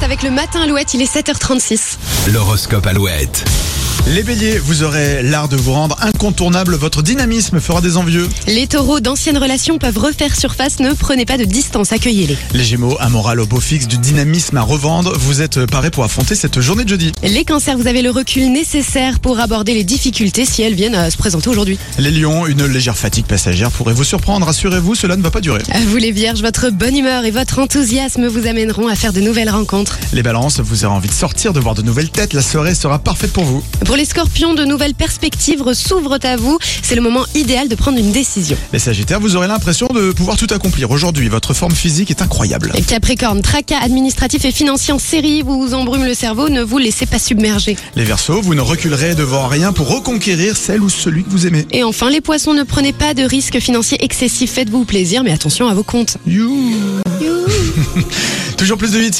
avec le matin Alouette, il est 7h36. L'horoscope Alouette. Les béliers, vous aurez l'art de vous rendre incontournable, votre dynamisme fera des envieux. Les taureaux d'anciennes relations peuvent refaire surface, ne prenez pas de distance, accueillez-les. Les gémeaux, un moral au beau fixe, du dynamisme à revendre, vous êtes parés pour affronter cette journée de jeudi. Les cancers, vous avez le recul nécessaire pour aborder les difficultés si elles viennent à se présenter aujourd'hui. Les lions, une légère fatigue passagère pourrait vous surprendre, rassurez-vous, cela ne va pas durer. À Euh, vous les vierges, votre bonne humeur et votre enthousiasme vous amèneront à faire de nouvelles rencontres. Les balances, vous aurez envie de sortir, de voir de nouvelles têtes, la soirée sera parfaite pour vous. Pour les scorpions, de nouvelles perspectives s'ouvrent à vous, c'est le moment idéal de prendre une décision. Les sagittaires, vous aurez l'impression de pouvoir tout accomplir. Aujourd'hui, votre forme physique est incroyable. Et Capricorne, tracas administratifs et financiers en série vous embrument le cerveau, ne vous laissez pas submerger. Les versos, vous ne reculerez devant rien pour reconquérir celle ou celui que vous aimez. Et enfin, les poissons, ne prenez pas de risques financiers excessifs, faites-vous plaisir, mais attention à vos comptes. You. Toujours plus de hits.